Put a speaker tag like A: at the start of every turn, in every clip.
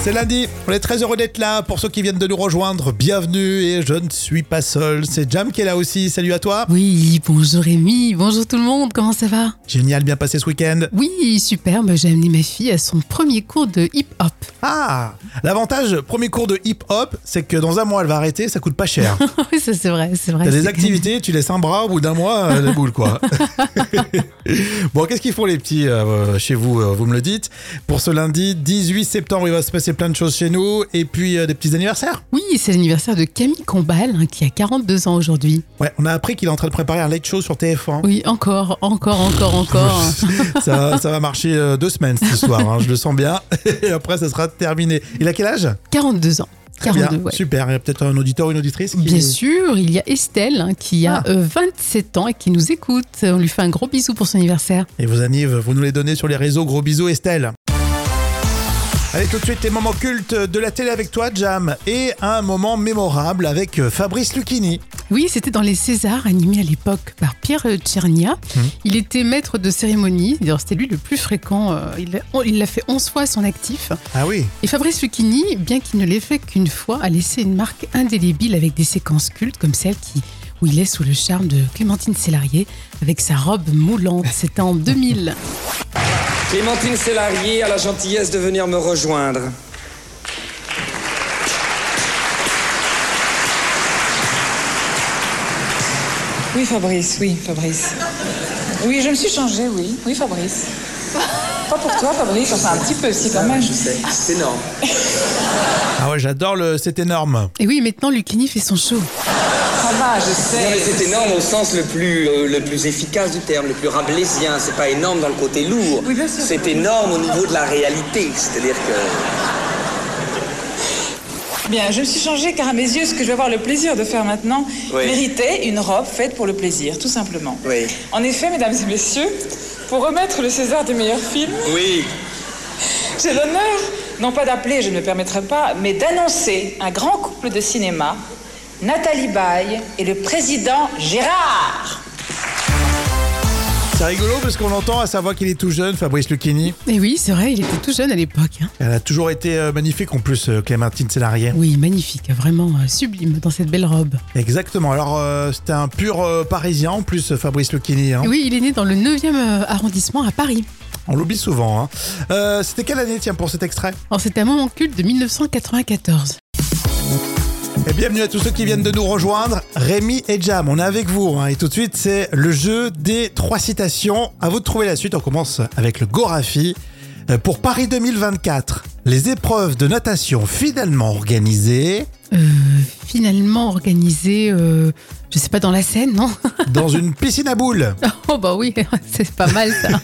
A: C'est lundi, on est très heureux d'être là. Pour ceux qui viennent de nous rejoindre, bienvenue et je ne suis pas seul. C'est Jam qui est là aussi, salut à toi.
B: Oui, bonjour Rémi, bonjour tout le monde, comment ça va
A: Génial, bien passé ce week-end.
B: Oui, superbe, j'ai amené ma fille à son premier cours de hip-hop.
A: Ah L'avantage, premier cours de hip-hop, c'est que dans un mois, elle va arrêter, ça coûte pas cher.
B: oui, ça c'est vrai, c'est vrai.
A: T'as des
B: c'est-
A: activités, tu laisses un bras, au bout d'un mois, euh, la boule quoi. bon, qu'est-ce qu'ils font les petits euh, chez vous euh, Vous me le dites. Pour ce lundi 18 septembre, il va se passer plein de choses chez nous et puis euh, des petits anniversaires.
B: Oui, c'est l'anniversaire de Camille Combal, hein, qui a 42 ans aujourd'hui.
A: Ouais, on a appris qu'il est en train de préparer un late show sur TF1.
B: Oui, encore, encore, encore, encore.
A: ça, ça va marcher euh, deux semaines cette histoire, hein, je le sens bien. Et après, ça sera terminé. Il a quel âge
B: 42 ans.
A: Très bien,
B: 42, ouais.
A: Super. Il y a peut-être un auditeur ou une auditrice qui...
B: Bien sûr, il y a Estelle hein, qui
A: Ah.
B: a euh, 27 ans et qui nous écoute. On lui fait un gros bisou pour son anniversaire.
A: Et vos annives, vous nous les donnez sur les réseaux. Gros bisous, Estelle. Allez, tout de suite, les moments cultes de la télé avec toi, Jam. Et un moment mémorable avec euh, Fabrice Lucchini.
B: Oui, c'était dans les Césars, animés à l'époque par Pierre Tchernia.
A: Mhm.
B: Il était maître de cérémonie, d'ailleurs c'était lui le plus fréquent, euh, il l'a il l'a fait 11 fois à son actif.
A: Ah oui
B: Et Fabrice Lucchini, bien qu'il ne l'ait fait qu'une fois, a laissé une marque indélébile avec des séquences cultes comme celle qui, où il est sous le charme de Clémentine Sélarié avec sa robe moulante. C'était en 2000.
C: Clémentine Sélarié a la gentillesse de venir me rejoindre.
D: Oui, Fabrice, oui, Fabrice. Oui, je me suis changée, oui. Oui, Fabrice. Pas pour toi, Fabrice, enfin un petit peu, si quand même.
C: c'est énorme.
A: Ah ouais, j'adore le C'est énorme.
B: Et oui, maintenant Lucchini fait son show.
D: Ça va, je
C: Non, mais
D: sais.
C: c'est énorme au sens le plus, euh, le plus efficace du terme, le plus rabelaisien. C'est pas énorme dans le côté lourd.
D: Oui, bien sûr.
C: C'est énorme au niveau de la réalité. C'est-à-dire que.
D: Bien, je me suis changée car à mes yeux, ce que je vais avoir le plaisir de faire maintenant
C: Oui.
D: méritait une robe faite pour le plaisir, tout simplement.
C: Oui.
D: En effet, mesdames et messieurs, pour remettre le César du meilleur film,
C: Oui.
D: j'ai l'honneur, non pas d'appeler, je ne me permettrai pas, mais d'annoncer un grand couple de cinéma, Nathalie Baye et le président Gérard.
A: C'est rigolo parce qu'on l'entend à sa voix qu'il est tout jeune, Fabrice Lucchini.
B: Et oui, c'est vrai, il était tout jeune à l'époque. hein.
A: Elle a toujours été euh, magnifique en plus, euh, Clémentine Sélarié.
B: Oui, magnifique, vraiment euh, sublime dans cette belle robe.
A: Oh. Exactement. Alors, euh, c'était un pur euh, parisien en plus, euh, Fabrice Lucchini. hein.
B: Et Oui, il est né dans le 9e euh, arrondissement à Paris.
A: On l'oublie souvent. hein. Euh, c'était quelle année, tiens, pour cet extrait
B: Alors c'était Oh, un moment culte de 1994.
A: Et Eh bienvenue à tous ceux qui viennent de nous rejoindre. Rémi et Jam, on est avec vous. hein. Et tout de suite, c'est le jeu des trois citations. À vous de trouver la suite. On commence avec le Gorafi. Euh, Pour Paris 2024, les épreuves de natation finalement organisées
B: Euh, finalement organisé, euh, je sais pas, dans la Seine, non
A: dans une piscine à boules.
B: Oh bah oui, c'est pas mal ça.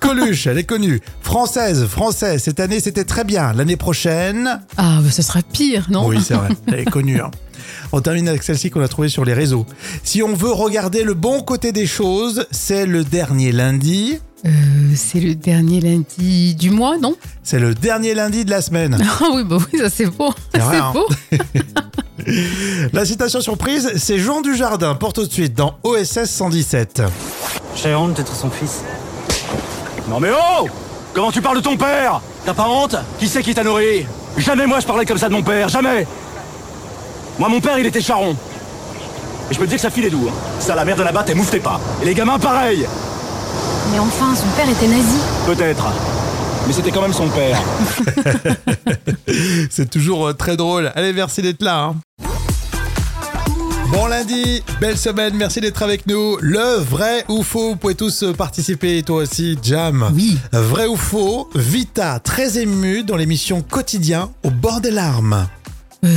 A: Coluche, elle est connue. Française, français, cette année c'était très bien. L'année prochaine.
B: Ah bah ce sera pire, non
A: Oui, c'est vrai, elle est connue. hein. On termine avec celle-ci qu'on a trouvée sur les réseaux. Si on veut regarder le bon côté des choses, c'est le dernier lundi.
B: Euh, C'est le dernier lundi du mois, non
A: C'est le dernier lundi de la semaine.
B: Ah oui, bah oui, ça c'est beau.
A: C'est vrai, hein.
B: beau.
A: La citation surprise, c'est Jean Dujardin pour tout de suite dans OSS 117.
E: J'ai honte d'être son fils. Non mais oh Comment tu parles de ton père T'as pas honte Qui c'est qui t'a nourri Jamais moi je parlais comme ça de mon père, jamais Moi mon père il était charron. Et je peux te dire que sa fille est doux. hein. Ça la mère de là-bas t'es mouffetée pas. Et les gamins pareil
F: Mais enfin, son père était nazi.
E: Peut-être. Mais c'était quand même son père.
A: C'est toujours euh, très drôle. Allez, merci d'être là. hein. Bon lundi, belle semaine, merci d'être avec nous. Le vrai ou faux, vous pouvez tous euh, participer, et toi aussi, Jam.
B: Oui.
A: Vrai ou faux, Vita, très émue dans l'émission Quotidien au bord des larmes.
B: Euh,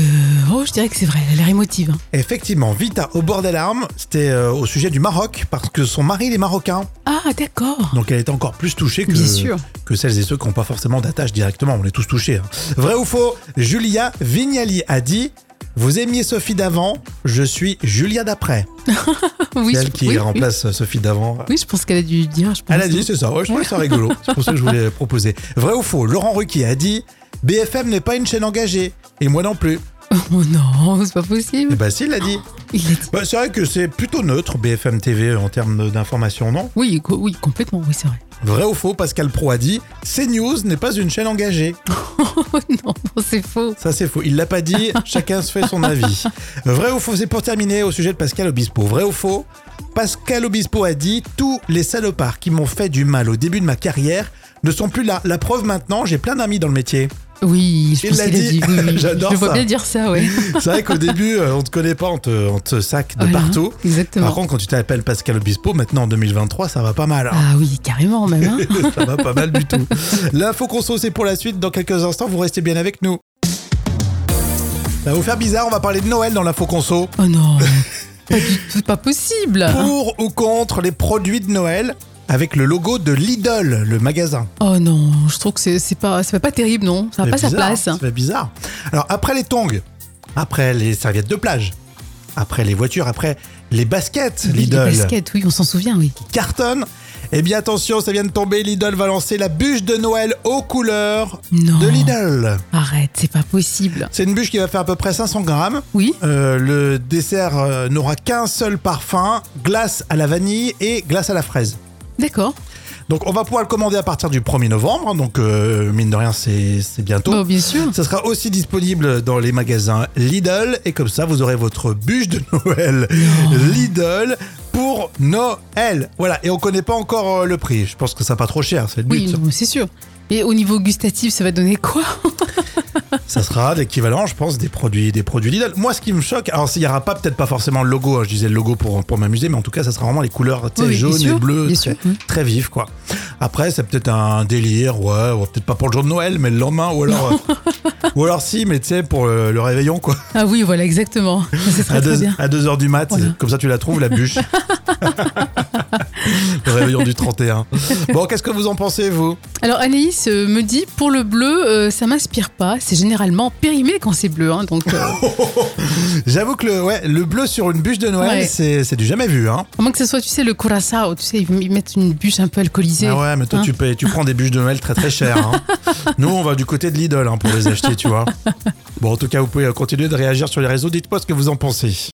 B: oh, je dirais que c'est vrai, elle a l'air émotive. hein.
A: Effectivement, Vita au bord des larmes, c'était euh, au sujet du Maroc, parce que son mari, il est marocain.
B: Ah d'accord.
A: Donc elle était encore plus touchée que,
B: Bien sûr.
A: que celles et ceux qui n'ont pas forcément d'attache directement. On est tous touchés. hein. Vrai ou faux Julia Vignali a dit Vous aimiez Sophie d'avant, je suis Julia d'après.
B: Oui,
A: C'est elle
B: je-
A: qui
B: oui, oui.
A: remplace Sophie d'avant.
B: Oui, je pense qu'elle a dû dire. Je pense.
A: Elle a dit, c'est ça. Ouais, je trouve ça rigolo. C'est pour ça que je voulais proposer. Vrai ou faux Laurent Ruquier a dit BFM n'est pas une chaîne engagée. Et moi non plus.
B: Oh non, c'est pas possible.
A: Et bah si, il l'a dit.
B: Il l'a dit.
A: Bah, c'est vrai que c'est plutôt neutre, BFM TV, en termes d'information, non
B: Oui, co- oui, complètement, oui, c'est vrai.
A: Vrai ou faux, Pascal Pro a dit CNews n'est pas une chaîne engagée.
B: Oh non, non, c'est faux.
A: Ça, c'est faux. Il l'a pas dit, chacun se fait son avis. Vrai ou faux, c'est pour terminer au sujet de Pascal Obispo. Vrai ou faux, Pascal Obispo a dit Tous les salopards qui m'ont fait du mal au début de ma carrière ne sont plus là. La preuve maintenant, j'ai plein d'amis dans le métier.
B: Oui, je
A: Il
B: pense
A: l'a
B: qu'il a
A: dit.
B: dit. oui, oui.
A: J'adore
B: Je le vois
A: ça.
B: bien dire ça, ouais.
A: C'est vrai qu'au début, euh, on te connaît pas, on te, on te sac de
B: Voilà,
A: partout.
B: Exactement.
A: Par contre, quand tu t'appelles Pascal Obispo, maintenant en 2023, ça va pas mal. hein.
B: Ah oui, carrément même. hein.
A: ça va pas mal du tout. L'info conso, c'est pour la suite. Dans quelques instants, vous restez bien avec nous. Ça va vous faire bizarre, on va parler de Noël dans l'info conso.
B: Oh non, pas du tout, pas possible.
A: Pour ou contre les produits de Noël avec le logo de Lidl, le magasin.
B: Oh non, je trouve que c'est- c'est pas, ça fait pas terrible, non Ça n'a pas
A: C'est
B: sa
A: bizarre,
B: place.
A: hein, Ça fait bizarre. Alors après les tongs, après les serviettes de plage, après les voitures, après les baskets
B: Oui,
A: Lidl.
B: Les baskets, oui, on s'en souvient, oui.
A: cartonne. Eh bien attention, ça vient de tomber, Lidl va lancer la bûche de Noël aux couleurs
B: Non.
A: de Lidl.
B: Arrête, c'est pas possible.
A: C'est une bûche qui va faire à peu près 500 grammes.
B: Oui
A: Euh, le dessert euh, n'aura qu'un seul parfum, glace à la vanille et glace à la fraise.
B: D'accord.
A: Donc on va pouvoir le commander à partir du 1er novembre, hein, donc euh, mine de rien c'est c'est bientôt.
B: Bon, bien sûr.
A: Ça sera aussi disponible dans les magasins Lidl et comme ça vous aurez votre bûche de Noël Lidl pour Noël. Voilà, et on connaît pas encore euh, le prix. Je pense que ça pas trop cher, c'est le but.
B: Oui, non, mais c'est sûr. Et au niveau gustatif, ça va donner quoi
A: Ça sera l'équivalent, je pense, des produits des produits Lidl. Moi ce qui me choque, alors il y aura pas peut-être pas forcément le logo, hein, je disais le logo pour pour m'amuser, mais en tout cas ça sera vraiment les couleurs tu sais,
B: Oui, oui, bien
A: jaune et
B: sûr,
A: bleu très,
B: bien sûr, Hum. oui.
A: très vif quoi. Après c'est peut-être un délire, ouais, ouais, peut-être pas pour le jour de Noël, mais le lendemain ou alors euh, ou alors si, mais tu sais pour euh, le réveillon quoi.
B: Ah oui, voilà, exactement. Ça
A: à
B: serait très
A: 2
B: bien.
A: à deux heures du mat,
B: Voilà.
A: comme ça tu la trouves, la bûche. le réveillon du 31. Bon, qu'est-ce que vous en pensez, vous
B: Alors Anaïs euh, me dit, pour le bleu, euh, ça m'inspire pas. C'est généralement périmé quand c'est bleu, hein, donc euh,
A: J'avoue que le, ouais, le bleu sur une bûche de Noël,
B: Ouais.
A: c'est c'est du jamais vu. Hein.
B: à moins que ce soit, tu sais, le curaçao, tu sais, ils mettent une bûche un peu alcoolisée.
A: Ah ouais, mais toi,
B: Hein.
A: tu, payes- tu prends des bûches de Noël très très chères. hein. Nous, on va du côté de l'idole pour les acheter, tu vois. Bon, en tout cas, vous pouvez euh, continuer de réagir sur les réseaux. Dites-moi ce que vous en pensez.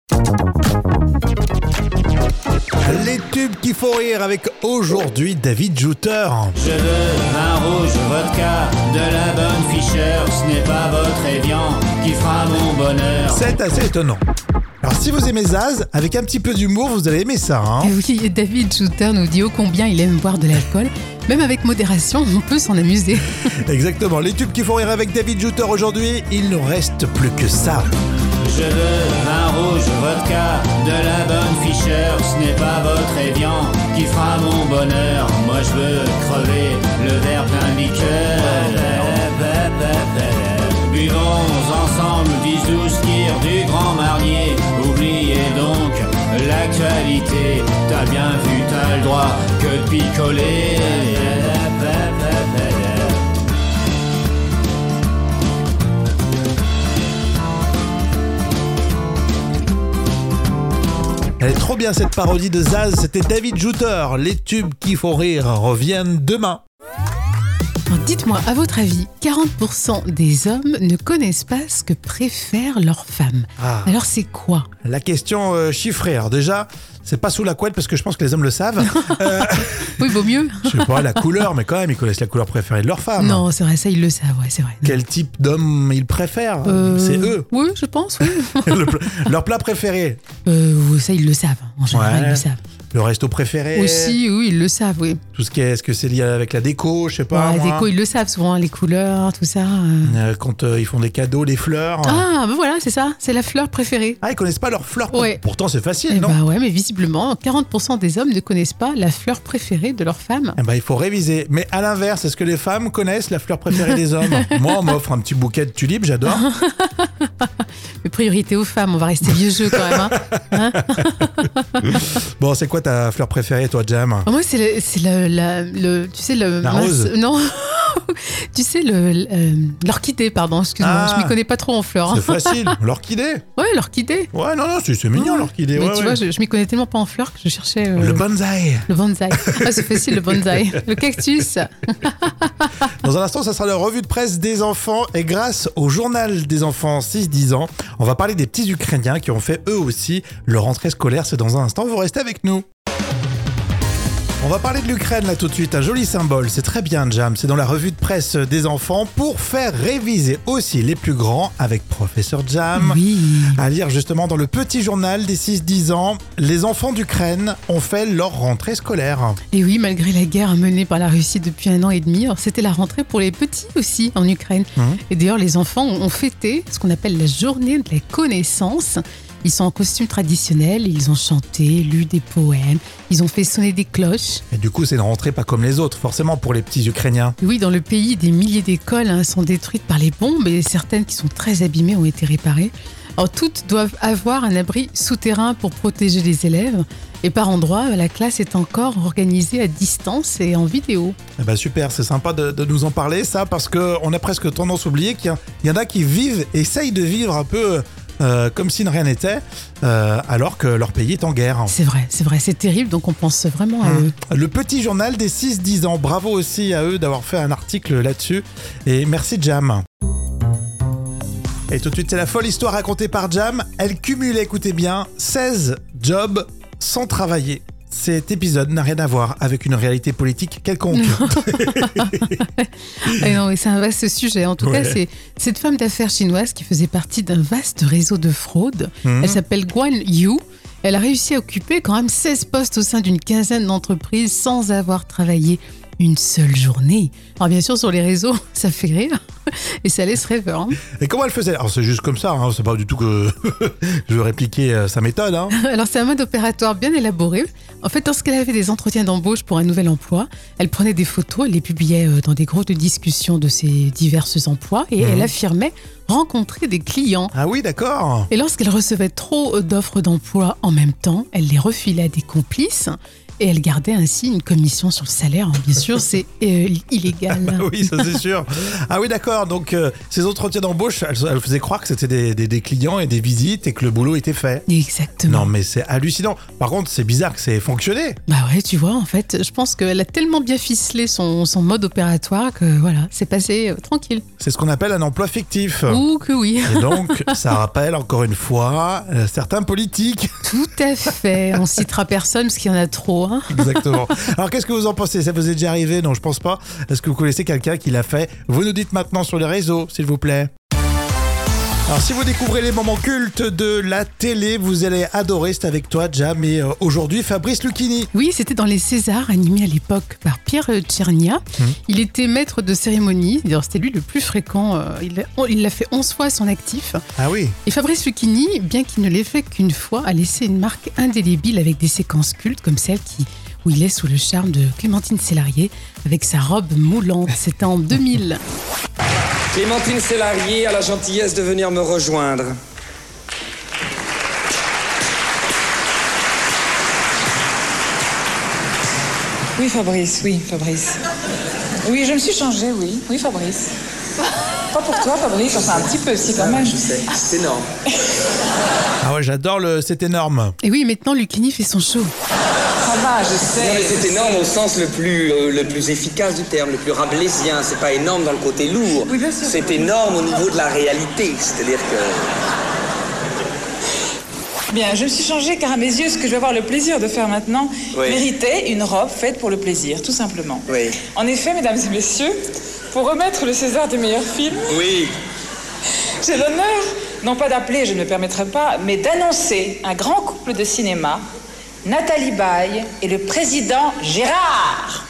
A: Les tubes qui font rire avec aujourd'hui David Jouter.
G: Je veux un rouge vodka, de la bonne Fischer, ce n'est pas votre Evian qui fera mon bonheur.
A: C'est assez étonnant. Alors si vous aimez Zaz, avec un petit peu d'humour, vous allez aimer ça. hein.
B: Et oui, et David Shooter nous dit ô combien il aime boire de l'alcool. Même avec modération, on peut s'en amuser.
A: Exactement, les tubes qui font rire avec David Jouter aujourd'hui, il ne reste plus que ça.
G: Je veux un rouge vodka, de la bonne Fischer, ce n'est pas votre Evian qui fera mon bonheur. Moi je veux crever le verre plein de liqueur. Buvons ensemble 10-12 tirs du Grand Marnier. Oubliez donc l'actualité. T'as bien vu, t'as le droit que de picoler.
A: Elle est trop bien cette parodie de Zaz, c'était David Jouter. Les tubes qui font rire reviennent demain.
B: Alors, Dites-moi, à votre avis, 40% des hommes ne connaissent pas ce que préfèrent leurs femmes.
A: Ah,
B: Alors c'est quoi
A: la question euh, chiffrée. Alors déjà, c'est pas sous la couette parce que je pense que les hommes le savent. Euh,
B: Oui, vaut mieux. hein.
A: je sais pas, la couleur, mais quand même, ils connaissent la couleur préférée de leur femme.
B: non, c'est vrai, ça ils le savent, ouais, c'est vrai.
A: Ah, Quel type d'homme ils préfèrent
B: Euh,
A: C'est eux.
B: Oui, je pense, oui.
A: Le pla- leur plat préféré,
B: Euh, oui, ça ils le savent, en
A: Ouais.
B: général ils le savent.
A: le resto préféré.
B: Aussi, oui, ils le savent, oui.
A: Tout ce qui est, est-ce que c'est lié avec la déco, je sais pas.
B: Ouais,
A: moi. hein.
B: déco, ils le savent souvent, hein, les couleurs, tout ça. euh.
A: Euh, quand euh, ils font des cadeaux, les fleurs. Ah,
B: Ah, ben voilà, c'est ça, c'est la fleur préférée.
A: ils connaissent pas leurs fleurs.
B: Ouais.
A: Pourtant, c'est facile,
B: Eh
A: non
B: bah ouais, mais visiblement, 40% des hommes ne connaissent pas la fleur préférée de leur femme.
A: Eh ben, il faut réviser. Mais à l'inverse, est-ce que les femmes connaissent la fleur préférée des hommes Moi, on m'offre un petit bouquet de tulipes, j'adore.
B: Ah. Mais priorité aux femmes, on va rester vieux jeu quand même. hein.
A: Bon, c'est quoi ta fleur préférée, toi, Jam
B: Ah, Moi, c'est le, c'est le- la, le- tu sais, le
A: La
B: mince-
A: rose.
B: Non, Tu sais, le- l- euh, l'orchidée, pardon, excuse-moi,
A: Ah.
B: je m'y connais pas trop en fleurs.
A: C'est
B: hein.
A: facile. L'orchidée.
B: Ouais, l'orchidée.
A: Ouais, non, non, c'est c'est mignon
B: Ouais.
A: l'orchidée.
B: Ah. Mais
A: ouais,
B: tu
A: ouais.
B: vois, je, je m'y connais tellement pas en fleurs que je cherchais euh,
A: Le
B: le,
A: bonsaï.
B: bonsaï. Ah, c'est facile, le bonsaï. Le cactus.
A: Ah, Dans un instant, ça sera la revue de presse des enfants. Et grâce au journal des enfants 6-10 ans, on va parler des petits Ukrainiens qui ont fait eux aussi leur rentrée scolaire. C'est dans un instant. Vous restez avec nous. On va parler de l'Ukraine là tout de suite, un joli symbole, c'est très bien Jam, c'est dans la revue de presse des enfants pour faire réviser aussi les plus grands avec professeur Jam.
B: Oui.
A: À lire justement dans le petit journal des 6-10 ans, les enfants d'Ukraine ont fait leur rentrée scolaire.
B: Et oui, malgré la guerre menée par la Russie depuis un an et demi, alors c'était la rentrée pour les petits aussi en Ukraine.
A: Mhm.
B: Et d'ailleurs, les enfants ont fêté ce qu'on appelle la journée de la connaissance. Ils sont en costume traditionnel, ils ont chanté, lu des poèmes, ils ont fait sonner des cloches.
A: Et du coup c'est une rentrée pas comme les autres, forcément pour les petits Ukrainiens.
B: Et oui, dans le pays, des milliers d'écoles hein, sont détruites par les bombes et certaines qui sont très abîmées ont été réparées. Alors, toutes doivent avoir un abri souterrain pour protéger les élèves. Et par endroits, la classe est encore organisée à distance et en vidéo.
A: Eh ben super, c'est sympa de, de nous en parler ça parce que on a presque tendance à oublier qu'il y a- il y, en a qui vivent, essayent de vivre un peu euh, comme si de rien n'était, euh, alors que leur pays est en guerre.
B: C'est vrai, c'est vrai, c'est terrible, donc on pense vraiment à
A: Mmh.
B: eux.
A: Le petit journal des 6-10 ans, bravo aussi à eux d'avoir fait un article là-dessus et merci Jam. Et tout de suite c'est la folle histoire racontée par Jam, elle cumule, écoutez bien, 16 jobs sans travailler. Cet épisode n'a rien à voir avec une réalité politique quelconque.
B: Et non, mais c'est un vaste sujet. En tout
A: Ouais.
B: cas, c'est cette femme d'affaires chinoise qui faisait partie d'un vaste réseau de fraude.
A: Mmh.
B: Elle s'appelle Guan Yu. Elle a réussi à occuper quand même 16 postes au sein d'une quinzaine d'entreprises sans avoir travaillé une seule journée. Alors bien sûr, sur les réseaux, ça fait rire et ça laisse rêveur. hein.
A: Et comment elle faisait Alors c'est juste comme ça, hein, c'est pas du tout que je veux répliquer euh, sa méthode. Hein.
B: Alors c'est un mode opératoire bien élaboré. En fait, lorsqu'elle avait des entretiens d'embauche pour un nouvel emploi, elle prenait des photos, elle les publiait euh, dans des groupes de discussion de ses diverses emplois et elle affirmait rencontrer des clients.
A: Ah oui, d'accord.
B: Et lorsqu'elle recevait trop euh, d'offres d'emploi en même temps, elle les refilait à des complices et elle gardait ainsi une commission sur le salaire. Bien sûr, c'est euh, illégal.
A: Oui, ça c'est sûr. Ah oui, d'accord. Donc euh, ces entretiens d'embauche, elle, elle faisait croire que c'était des, des- des clients et des visites et que le boulot était fait.
B: Exactement.
A: Non mais c'est hallucinant. Par contre, c'est bizarre que ça ait fonctionné.
B: Bah ouais, tu vois, en fait, je pense qu'elle a tellement bien ficelé son, son mode opératoire que voilà, c'est passé euh, tranquille.
A: C'est ce qu'on appelle un emploi fictif.
B: Ouh que oui.
A: Et donc, ça rappelle encore une fois euh, certains politiques.
B: Tout à fait. On citera personne parce qu'il y en a trop. hein.
A: Exactement. Alors, qu'est-ce que vous en pensez Ça vous est déjà arrivé Non, je pense pas. Est-ce que vous connaissez quelqu'un qui l'a fait Vous nous dites maintenant sur les réseaux, s'il vous plaît. Alors, si vous découvrez les moments cultes de la télé, vous allez adorer. C'est avec toi, Jam, et euh, aujourd'hui, Fabrice Lucchini.
B: Oui, c'était dans les Césars, animé à l'époque par Pierre Tchernia. Il était maître de cérémonie. D'ailleurs, c'était lui le plus fréquent. euh, Il l'a il l'a fait 11 fois à son actif.
A: Ah oui
B: Et Fabrice Lucchini, bien qu'il ne l'ait fait qu'une fois, a laissé une marque indélébile avec des séquences cultes comme celle qui où il est sous le charme de Clémentine Sélarié avec sa robe moulante. C'était en 2000.
C: Clémentine Sélarié a la gentillesse de venir me rejoindre.
D: Oui, Fabrice, oui, Fabrice. Oui, je me suis changée, oui. Oui, Fabrice. Pas pour toi, Fabrice, enfin un petit peu, si quand même.
C: Je sais, c'est énorme.
A: Ah ouais, j'adore le. C'est énorme.
B: Et oui, maintenant Lucchini fait son show.
D: Ça va, je
C: Non, mais
D: sais.
C: c'est énorme au sens le plus, euh, le plus efficace du terme, le plus rabelaisien. C'est pas énorme dans le côté lourd.
D: Oui, bien sûr.
C: C'est énorme au niveau de la réalité. C'est-à-dire que.
D: Bien, je me suis changée car à mes yeux, ce que je vais avoir le plaisir de faire maintenant
C: Oui.
D: méritait une robe faite pour le plaisir, tout simplement.
C: Oui.
D: En effet, mesdames et messieurs, pour remettre le César du meilleur film,
C: Oui.
D: j'ai l'honneur, non pas d'appeler, je ne le permettrai pas, mais d'annoncer un grand couple de cinéma, Nathalie Baye et le président Gérard.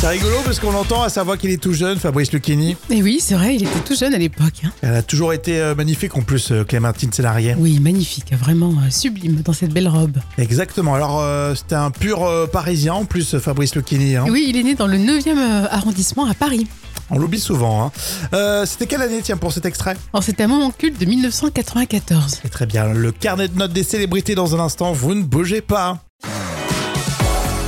A: C'est rigolo parce qu'on entend à sa voix qu'il est tout jeune, Fabrice Lucchini.
B: Et oui, c'est vrai, il était tout jeune à l'époque. hein.
A: Elle a toujours été euh, magnifique en plus, euh, Clémentine Sélarié.
B: Oui, magnifique, vraiment euh, sublime dans cette belle robe.
A: Exactement. Alors, euh, c'était un pur euh, parisien en plus, Fabrice Lucchini. hein.
B: Et Oui, il est né dans le 9e euh, arrondissement à Paris.
A: On l'oublie souvent. hein. Euh, C'était quelle année, tiens, pour cet extrait
B: Alors c'était un moment culte de 1994.
A: Et très bien, le carnet de notes des célébrités dans un instant, vous ne bougez pas.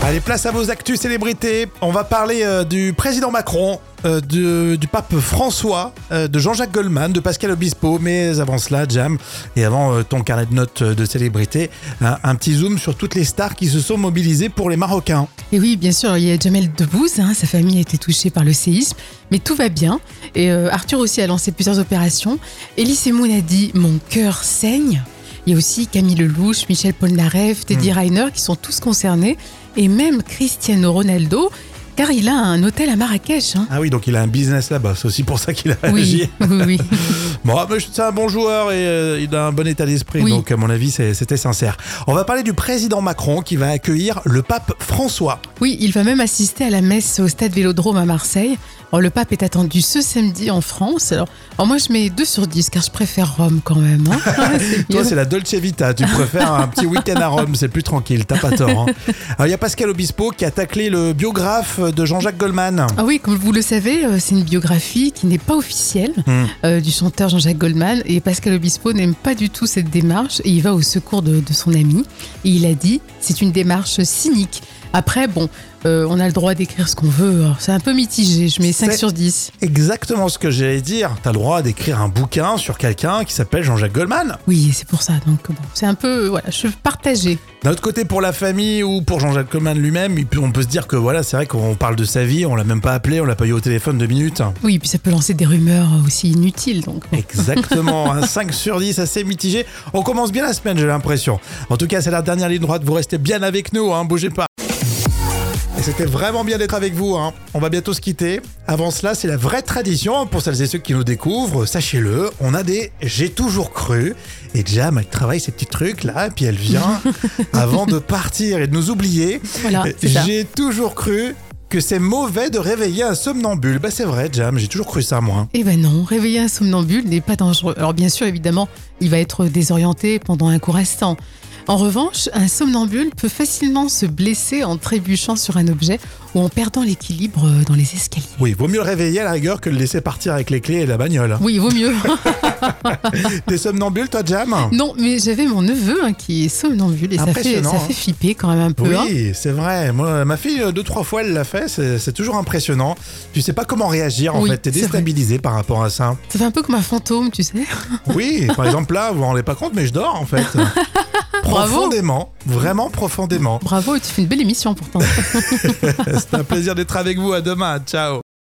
A: Allez, place à vos actus célébrités. On va parler euh, du président Macron, euh, de- du pape François, euh, de Jean-Jacques Goldman, de Pascal Obispo. Mais avant cela, Jam, et avant euh, ton carnet de notes euh, de célébrités, un, un petit zoom sur toutes les stars qui se sont mobilisées pour les Marocains.
B: Et oui, bien sûr, il y a Jamel Debbouze, hein, sa famille a été touchée par le séisme, mais tout va bien. Et euh, Arthur aussi a lancé plusieurs opérations. Elie Semoun a dit Mon cœur saigne. Il y a aussi Camille Lelouch, Michel Polnareff, Teddy Reiner qui sont tous concernés, et même Cristiano Ronaldo, car il a un hôtel à Marrakech. hein.
A: Ah oui, donc il a un business là-bas. C'est aussi pour ça qu'il a
B: Oui,
A: agi.
B: oui, oui.
A: Bon, ah, mais c'est un bon joueur et euh, il a un bon état d'esprit,
B: Oui.
A: donc à mon avis c'est- c'était sincère. On va parler du président Macron qui va accueillir le pape François.
B: Oui, il va même assister à la messe au stade Vélodrome à Marseille. Alors, le pape est attendu ce samedi en France. Alors, alors, moi, je mets 2 sur 10 car je préfère Rome quand même. hein. C'est
A: Toi
B: mieux.
A: Ah, c'est la Dolce Vita, tu préfères un petit week-end à Rome, c'est plus tranquille, t'as pas tort. hein. Alors il y a Pascal Obispo qui a taclé le biographe de Jean-Jacques Goldman.
B: Ah oui, comme vous le savez, euh, c'est une biographie qui n'est pas officielle
A: Hmm.
B: euh, du chanteur Jean-Jacques Goldman. Et Pascal Obispo n'aime pas du tout cette démarche et il va au secours de, de son ami. Et il a dit c'est une démarche cynique. Après, bon, euh, on a le droit d'écrire ce qu'on veut. Alors, C'est un peu mitigé, je mets 5
A: C'est-
B: sur 10.
A: Exactement ce que j'allais dire, t'as le droit d'écrire un bouquin sur quelqu'un qui s'appelle Jean-Jacques Goldman.
B: Oui, c'est pour ça. Donc, bon, c'est un peu. euh, Voilà, je suis partagée.
A: D'un autre côté, pour la famille ou pour Jean-Jacques Goldman lui-même, il peut- on peut se dire que voilà, c'est vrai qu'on parle de sa vie, on l'a même pas appelé, on l'a pas eu au téléphone deux minutes.
B: Oui, et puis ça peut lancer des rumeurs aussi inutiles. Donc, bon.
A: Exactement, un 5 sur 10 assez mitigé. On commence bien la semaine, j'ai l'impression. En tout cas, c'est la dernière ligne droite, vous restez bien avec nous, hein, bougez pas. Et c'était vraiment bien d'être avec vous. hein. On va bientôt se quitter. Avant cela, c'est la vraie tradition pour celles et ceux qui nous découvrent. Sachez-le, on a des j'ai toujours cru. Et Jam, elle travaille ces petits trucs là, et puis elle vient avant de partir et de nous oublier.
B: Voilà,
A: Euh,
B: Ah, c'est ça.
A: J'ai toujours cru que c'est mauvais de réveiller un somnambule. Bah c'est vrai, Jam, j'ai toujours cru ça moi. hein.
B: Eh ben non, réveiller un somnambule n'est pas dangereux. Alors bien sûr, évidemment, il va être désorienté pendant un court instant. En revanche, un somnambule peut facilement se blesser en trébuchant sur un objet ou en perdant l'équilibre euh, dans les escaliers.
A: Oui, vaut mieux le réveiller à la rigueur que le laisser partir avec les clés et la bagnole. hein.
B: Oui, vaut mieux.
A: T'es somnambule, toi, Jam
B: non, mais j'avais mon neveu hein, qui est somnambule et ça fait,
A: Impressionnant,
B: ça
A: hein.
B: fait flipper quand même un peu. hein.
A: Oui, c'est vrai. Moi, ma fille, euh, deux, trois fois, elle l'a fait. C'est c'est toujours impressionnant. Tu sais pas comment réagir, en
B: Oui,
A: fait. T'es
B: c'est vrai.
A: déstabilisé par rapport à ça.
B: Ça fait un peu comme un fantôme, tu sais.
A: Oui, par exemple, là, vous vous rendez pas compte, mais je dors, en fait. profondément. Vraiment profondément.
B: Bravo, tu fais une belle émission pourtant.
A: C'est un plaisir d'être avec vous. À demain. Ciao.